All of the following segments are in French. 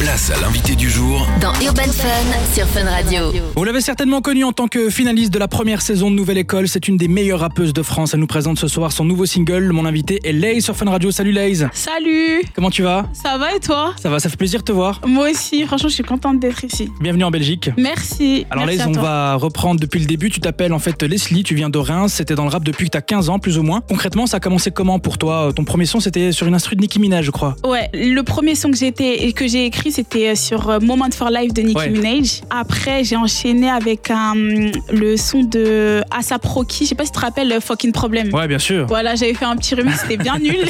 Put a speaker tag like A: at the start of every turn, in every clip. A: Place à l'invité du jour
B: Dans Urban Fun sur Fun Radio.
C: Vous l'avez certainement connue en tant que finaliste de la première saison de Nouvelle École. C'est une des meilleures rappeuses de France. Elle nous présente ce soir son nouveau single. Mon invité est Lays sur Fun Radio. Salut Lays
D: Salut
C: Comment tu vas
D: Ça va et toi
C: Ça va, ça fait plaisir de te voir.
D: Moi aussi, franchement, je suis contente d'être ici.
C: Bienvenue en Belgique.
D: Merci.
C: Alors
D: Merci
C: Lays,
D: à
C: on
D: toi.
C: va reprendre depuis le début. Tu t'appelles en fait Leslie, tu viens de Reims, c'était dans le rap depuis que t'as 15 ans plus ou moins. Concrètement, ça a commencé comment pour toi Ton premier son, c'était sur une instru de Nicki Minaj, je crois.
D: Ouais, le premier son que j'ai été- que j'ai écrit, c'était sur euh, Moment for Life de Nicki
C: Ouais.
D: Minaj. Après, j'ai enchaîné avec un- le son de Asap Rocky. Je sais pas si tu te rappelles, euh, Fucking Problem.
C: Ouais, bien sûr.
D: Voilà, j'avais fait un petit remix, c'était bien nul.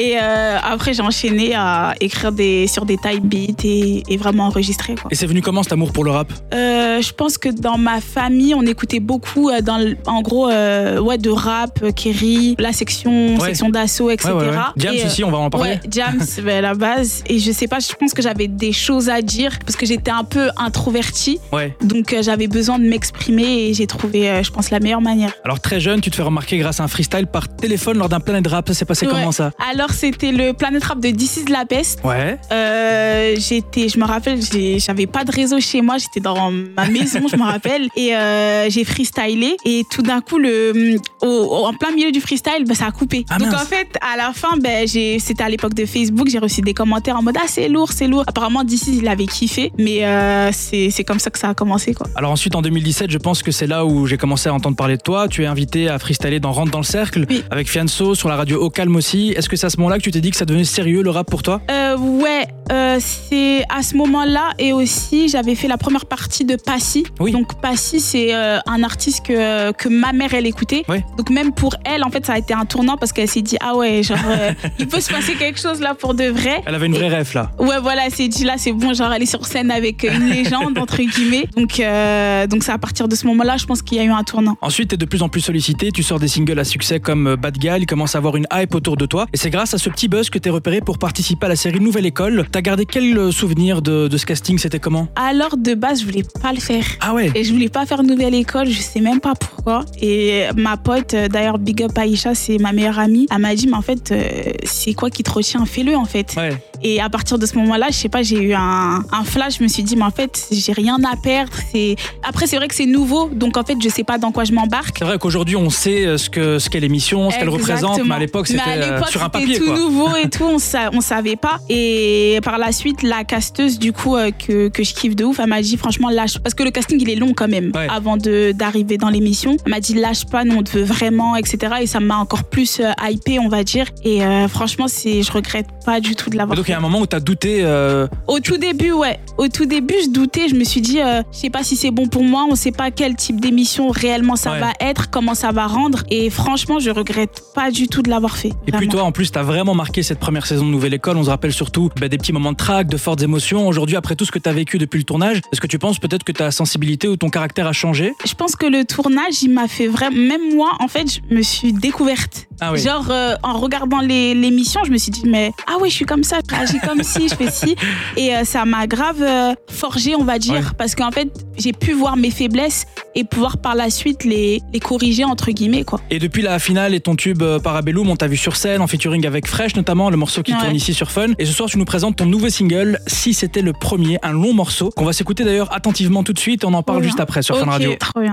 D: et euh, après, j'ai enchaîné à écrire des, sur des type beats et, et vraiment enregistrer. Quoi.
C: Et c'est venu comment cet amour pour le rap
D: Euh, je pense que dans ma famille, on écoutait beaucoup, euh, dans le- en gros, euh, ouais, de rap, euh, Kerry, la section,
C: Ouais.
D: section d'assaut, etc.
C: Diams
D: Et, euh,
C: ici, on va en parler.
D: Ouais, Jams, ben, la base. Et je sais pas, je pense que j'avais des choses à dire parce que j'étais un peu introvertie.
C: Ouais.
D: Donc euh, j'avais besoin de m'exprimer et j'ai trouvé, euh, je pense, la meilleure manière.
C: Alors très jeune, tu te fais remarquer grâce à un freestyle par téléphone lors d'un Planet Rap. Ça s'est passé
D: Ouais.
C: comment ça
D: Alors c'était le Planet Rap de This is la Peste.
C: Ouais.
D: Euh, j'étais, je me rappelle, j'ai- j'avais pas de réseau chez moi, j'étais dans ma maison, je me rappelle, et euh, j'ai freestylé. Et tout d'un coup, le, au- au- en plein milieu du freestyle, bah, ça a coupé.
C: Ah,
D: Donc
C: mince.
D: en fait, à la fin, ben, j'ai- c'était à l'époque de Facebook, j'ai reçu des commentaires en mode ah c'est lourd, c'est lourd. Apparemment d'ici, il avait kiffé, mais euh, c'est c'est comme ça que ça a commencé quoi.
C: Alors ensuite, en 2017, je pense que c'est là où j'ai commencé à entendre parler de toi. Tu es invité à freestyler dans Rentre dans le cercle
D: Oui.
C: avec Fianso sur la radio Au Calme aussi. Est-ce que c'est à ce moment-là que tu t'es dit que ça devenait sérieux le rap pour toi
D: Euh, ouais, euh, c'est à ce moment-là et aussi j'avais fait la première partie de Passy.
C: Oui.
D: Donc Passy, c'est euh, un artiste que, que ma mère elle écoutait.
C: Ouais.
D: Donc même pour elle, en fait, ça a été un tournant parce qu'elle s'est dit ah ouais, genre euh, il peut se passer quelque chose là pour de vrai.
C: Elle avait une vraie rêve là.
D: Ouais, voilà, elle s'est dit là c'est bon, genre elle est sur scène avec une légende entre guillemets. Donc euh, donc c'est à partir de ce moment-là, je pense qu'il y a eu un tournant.
C: Ensuite, tu es de plus en plus sollicité. Tu sors des singles à succès comme euh, Bad Guy. Il commence à avoir une hype autour de toi. Et c'est grâce à ce petit buzz que tu es repéré pour participer à la série Nouvelle École. T'as gardé quel euh, souvenir de, de ce casting C'était comment
D: Alors de base, je voulais pas le faire.
C: Ah ouais
D: Et je voulais pas faire nouvelle école, je sais même pas pourquoi. Et ma pote, euh, d'ailleurs Big Up Aïcha, c'est ma meilleure amie, elle m'a dit, mais en fait, euh, c'est quoi qui te retient Fais-le en fait.
C: Ouais.
D: Et à partir de ce moment-là, je sais pas, j'ai eu un, un flash, je me suis dit, mais en fait, j'ai rien à perdre. C'est... Après, c'est vrai que c'est nouveau, donc en fait, je sais pas dans quoi je m'embarque.
C: C'est vrai qu'aujourd'hui, on sait euh, ce que ce qu'est l'émission, ce qu'elle représente, mais à l'époque, c'était
D: Mais à
C: euh,
D: l'époque,
C: sur un
D: c'était
C: papier
D: tout
C: quoi.
D: nouveau et tout, on, sa- on savait pas. Et par la suite, la casteuse, du coup, euh, que, que je kiffe de ouf, elle m'a dit franchement, lâche. Parce que le casting, il est long quand même
C: Ouais.
D: avant de- d'arriver dans l'émission. Elle m'a dit lâche pas, nous on te veut vraiment, etc. Et ça m'a encore plus euh, hypée, on va dire. Et euh, franchement, c'est- je regrette pas du tout de
C: Et
D: l'avoir
C: donc, il y
D: fait.
C: a un moment où t'as douté. euh,
D: Au tout début, ouais. Au tout début, je doutais. Je me suis dit, euh, je sais pas si c'est bon pour moi. On sait pas quel type d'émission réellement ça
C: Ouais.
D: va être, comment ça va rendre. Et franchement, je regrette pas du tout de l'avoir fait.
C: Et puis
D: Vraiment.
C: toi, en plus, t'as vraiment marqué cette première saison de Nouvelle École. On se rappelle surtout bah, des petits moments de trac, de fortes émotions. Aujourd'hui, après tout ce que t'as vécu depuis le tournage, est-ce que tu penses peut-être que ta sensibilité ou ton caractère a changé
D: Je pense que le tournage, il m'a fait vraiment. Même moi, en fait, je me suis découverte.
C: Ah oui.
D: Genre, euh, en regardant les- l'émission, je me suis dit, mais ah ouais, je suis comme ça, je réagis comme si, je fais ci. Et euh, ça m'a grave euh, forgé, on va dire,
C: Ouais.
D: parce qu'en fait, j'ai pu voir mes faiblesses et pouvoir par la suite les, les corriger, entre guillemets, quoi.
C: Et depuis la finale et ton tube euh, Parabellum, on t'a vu sur scène en featuring avec Fresh, notamment le morceau qui
D: Ouais.
C: tourne ici sur Fun. Et ce soir, tu nous présentes ton nouveau single, Si c'était le premier, un long morceau qu'on va s'écouter d'ailleurs attentivement tout de suite. On en parle
D: Trop
C: juste
D: bien.
C: après sur
D: Ok,
C: Fun Radio.
D: Trop bien.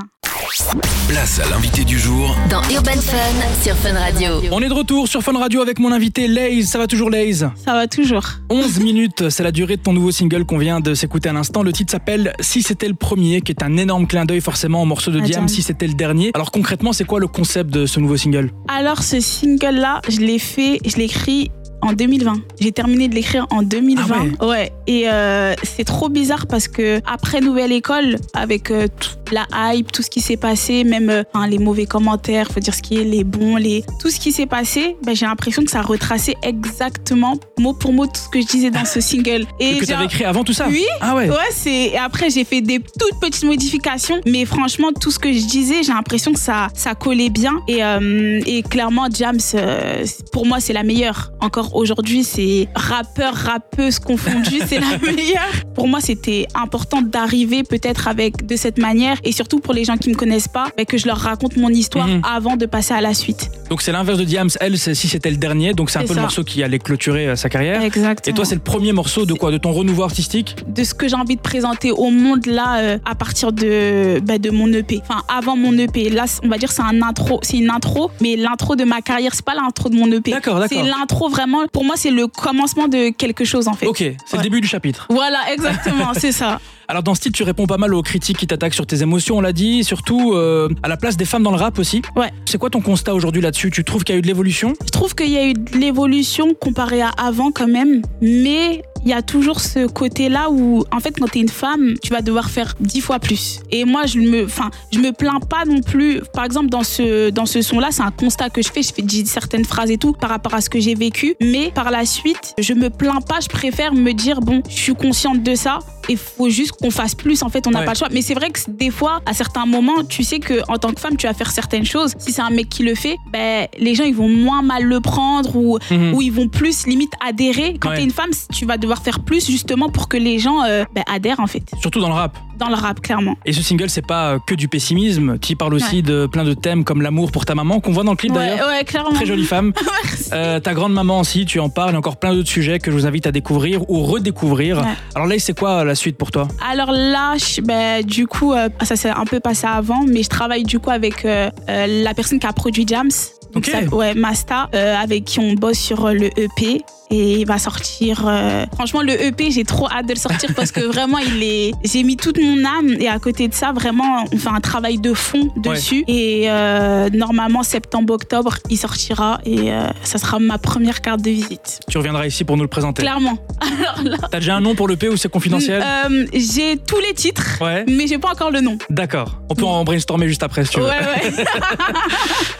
A: Place à l'invité du jour
B: Dans Urban Fun sur Fun Radio.
C: On est de retour sur Fun Radio avec mon invité Laze. Ça va toujours Laze
D: Ça va toujours.
C: 11 minutes, c'est la durée de ton nouveau single qu'on vient de s'écouter à l'instant. Le titre s'appelle Si c'était le premier, qui est un énorme clin d'œil forcément au morceau de
D: Ah,
C: Diam,
D: Diam.
C: Si c'était le dernier. Alors concrètement, c'est quoi le concept de ce nouveau single
D: Alors, ce single-là, je l'ai fait, je l'ai écrit en 2020. J'ai terminé de l'écrire en 2020.
C: Ah
D: ouais. Et euh, c'est trop bizarre parce que après Nouvelle École, avec euh, toute la hype, tout ce qui s'est passé, même euh, enfin, les mauvais commentaires, faut dire ce qui est les bons, les tout ce qui s'est passé, ben, j'ai l'impression que ça retraçait exactement mot pour mot tout ce que je disais dans ce single. Et
C: Que
D: j'ai-
C: t'avais écrit avant tout ça
D: oui,
C: Ah ouais
D: Ouais, c'est. et Après, j'ai fait des toutes petites modifications, mais franchement, tout ce que je disais, j'ai l'impression que ça, ça collait bien. Et, euh, et clairement, Jams, euh, pour moi, c'est la meilleure. Encore meilleure. Aujourd'hui, c'est rappeur, rappeuse confondue, c'est la meilleure. Pour moi, c'était important d'arriver peut-être avec de cette manière et surtout pour les gens qui me connaissent pas, bah, que je leur raconte mon histoire
C: Mhm.
D: avant de passer à la suite.
C: Donc c'est l'inverse de Diams, elle, c'est- si c'était le dernier, donc c'est un
D: C'est
C: peu le
D: ça.
C: morceau qui allait clôturer euh, sa carrière.
D: Exactement.
C: Et toi, c'est le premier morceau de quoi De ton renouveau artistique
D: de ce que j'ai envie de présenter au monde là euh, à partir de bah, de mon EP. Enfin avant mon EP. Là c- on va dire c'est un intro, c'est une intro, mais l'intro de ma carrière c'est pas l'intro de mon EP.
C: D'accord, d'accord.
D: C'est l'intro vraiment. Pour moi c'est le commencement de quelque chose en fait.
C: Ok, c'est le
D: Ouais.
C: début du chapitre.
D: Voilà exactement c'est ça.
C: Alors dans ce titre, tu réponds pas mal aux critiques qui t'attaquent sur tes émotions, on l'a dit, surtout euh, à la place des femmes dans le rap aussi.
D: Ouais.
C: C'est quoi ton constat aujourd'hui là-dessus Tu trouves qu'il y a eu de l'évolution
D: Je trouve qu'il y a eu de l'évolution comparée à avant quand même, mais il y a toujours ce côté-là où, en fait, quand t'es une femme, tu vas devoir faire dix fois plus. Et moi, je me, enfin, je me plains pas non plus. Par exemple, dans ce, dans ce son-là, c'est un constat que je fais. Je fais dis certaines phrases et tout par rapport à ce que j'ai vécu, mais par la suite, je me plains pas. Je préfère me dire bon, je suis consciente de ça. Et faut juste qu'on fasse plus. En fait, on n'a
C: Ouais.
D: pas le choix. Mais c'est vrai que des fois, à certains moments, tu sais que en tant que femme, tu vas faire certaines choses. Si c'est un mec qui le fait, ben les gens ils vont moins mal le prendre ou
C: Mhm.
D: où ils vont plus limite adhérer. Quand
C: Ouais.
D: t'es une femme, tu vas devoir faire plus justement pour que les gens euh, bah, adhèrent en fait
C: Surtout dans le rap.
D: dans le rap clairement.
C: Et ce single, c'est pas euh, que du pessimisme. Tu y parles aussi de plein de thèmes comme l'amour pour ta maman, qu'on voit dans le clip
D: Ouais,
C: d'ailleurs.
D: ouais, clairement.
C: Très jolie femme.
D: Merci.
C: Euh, ta grande maman aussi, tu en parles, et encore plein d'autres sujets que je vous invite à découvrir ou redécouvrir.
D: Ouais.
C: Alors là, c'est quoi euh, la suite pour toi
D: Alors là, je- bah, du coup, euh, ça s'est un peu passé avant, mais je travaille du coup avec euh, euh, la personne qui a produit Jams.
C: Ok.
D: Donc ça- ouais, Masta, euh, avec qui on bosse sur euh, le EP. Et il va sortir. euh, Franchement, le EP, j'ai trop hâte de le sortir parce que vraiment, il est. J'ai mis toute mon âme et à côté de ça, vraiment, on fait un travail de fond dessus. Et euh, normalement, septembre-octobre, il sortira et euh, ça sera ma première carte de visite.
C: Tu reviendras ici pour nous le présenter.
D: Clairement.
C: T'as déjà un nom pour le P ou c'est confidentiel
D: Euh, j'ai tous les titres,
C: Ouais.
D: mais j'ai pas encore le nom.
C: D'accord. On peut en brainstormer juste après si tu veux.
D: Ouais, ouais.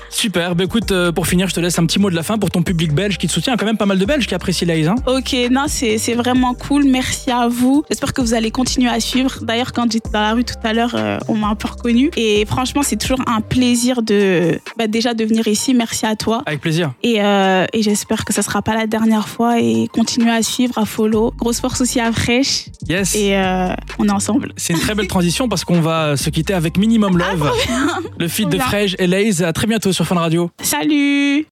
C: Super. Bah écoute, euh, pour finir, je te laisse un petit mot de la fin pour ton public belge qui te soutient. Quand même pas mal de Belges qui apprécient Laïs. hein.
D: Ok, non, c'est c'est vraiment cool. Merci à vous. J'espère que vous allez continuer à suivre. D'ailleurs, quand j'étais dans la rue tout à l'heure, euh, on m'a un peu reconnue. Et franchement, c'est toujours un plaisir de bah, déjà de venir ici. Merci à toi.
C: Avec plaisir.
D: Et, euh, et j'espère que ça sera pas la dernière fois. Et continuez à suivre, à follow. Grosse force aussi à Fresh.
C: Yes.
D: Et euh, on est ensemble.
C: C'est une très belle transition parce qu'on va se quitter avec Minimum Love, le feed de
D: Oula.
C: Frege et Lays. À très bientôt sur Fun Radio.
D: Salut